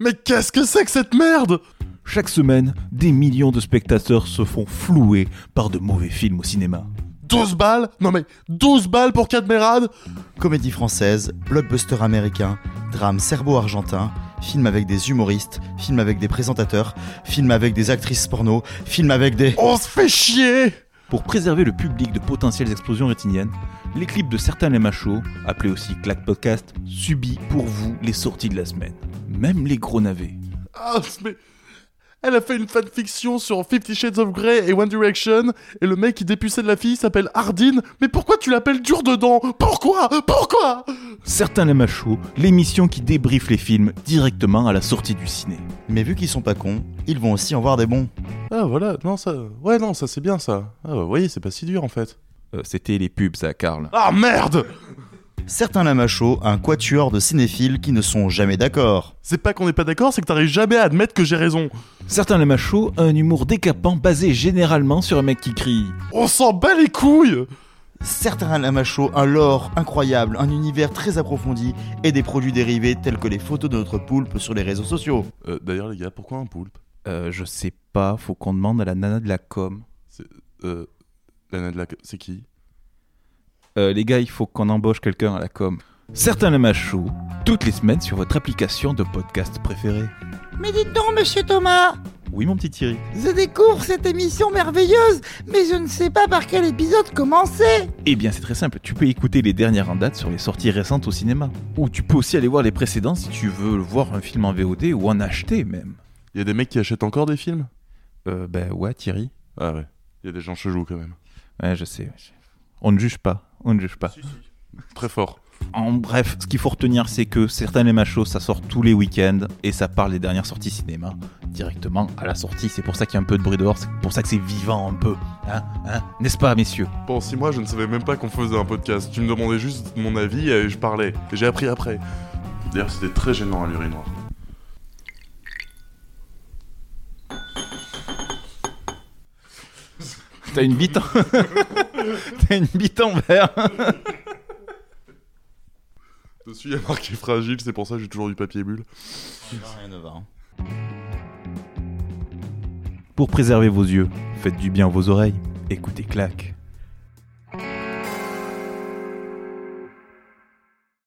Mais qu'est-ce que c'est que cette merde Chaque semaine, des millions de spectateurs se font flouer par de mauvais films au cinéma. 12 balles Non mais 12 balles pour Cadmerade Comédie française, blockbuster américain, drame serbo-argentin, film avec des humoristes, film avec des présentateurs, film avec des actrices porno, film avec des... On se fait chier Pour préserver le public de potentielles explosions rétiniennes, les clips de certains les machos, appelés aussi Clac Podcast, subit pour vous les sorties de la semaine. Même les gros navets. Ah, mais... Elle a fait une fanfiction sur Fifty Shades of Grey et One Direction, et le mec qui dépuçait de la fille s'appelle Hardin. Mais pourquoi tu l'appelles dur dedans Pourquoi Pourquoi Certains les machos, l'émission qui débriefe les films directement à la sortie du ciné. Mais vu qu'ils sont pas cons, ils vont aussi en voir des bons. Ah voilà, non ça... Ouais non, ça c'est bien ça. Ah bah, vous voyez, c'est pas si dur en fait. Euh, C'était les pubs à Karl. Ah merde Certains Lamacho, un quatuor de cinéphiles qui ne sont jamais d'accord. C'est pas qu'on n'est pas d'accord, c'est que t'arrives jamais à admettre que j'ai raison. Certains les machos, un humour décapant basé généralement sur un mec qui crie. On s'en bat les couilles Certains Lamacho, un lore incroyable, un univers très approfondi et des produits dérivés tels que les photos de notre poulpe sur les réseaux sociaux. Euh, D'ailleurs les gars, pourquoi un poulpe Euh, je sais pas, faut qu'on demande à la nana de la com. Euh... Lana de la... C'est qui Euh, les gars, il faut qu'on embauche quelqu'un à la com. Certains le machou, toutes les semaines sur votre application de podcast préférée. Mais dites donc, monsieur Thomas, Oui, mon petit Thierry. je découvre cette émission merveilleuse, mais je ne sais pas par quel épisode commencer. Eh bien, c'est très simple, tu peux écouter les dernières en date sur les sorties récentes au cinéma. Ou tu peux aussi aller voir les précédents si tu veux voir un film en VOD ou en acheter même. Il y a des mecs qui achètent encore des films Euh, ben ouais, Thierry. Ah ouais. Il y a des gens chelous quand même. Ouais, je sais. je- On ne juge pas, on ne juge pas. Très fort. En bref, ce qu'il faut retenir, c'est que certains les machos, ça sort tous les week-ends et ça parle des dernières sorties cinéma directement à la sortie. C'est pour ça qu'il y a un peu de bruit dehors, c'est pour ça que c'est vivant un peu. Hein, hein, n'est-ce pas, messieurs Pendant six mois, je ne savais même pas qu'on faisait un podcast. Tu me demandais juste mon avis et je parlais. Et j'ai appris après. D'ailleurs, c'était très gênant à l'urinoir. T'as une bite en... T'as une bite en verre Dessus, il y a marqué fragile, c'est pour ça que j'ai toujours du papier bulle. Pour préserver vos yeux, faites du bien à vos oreilles, écoutez clac.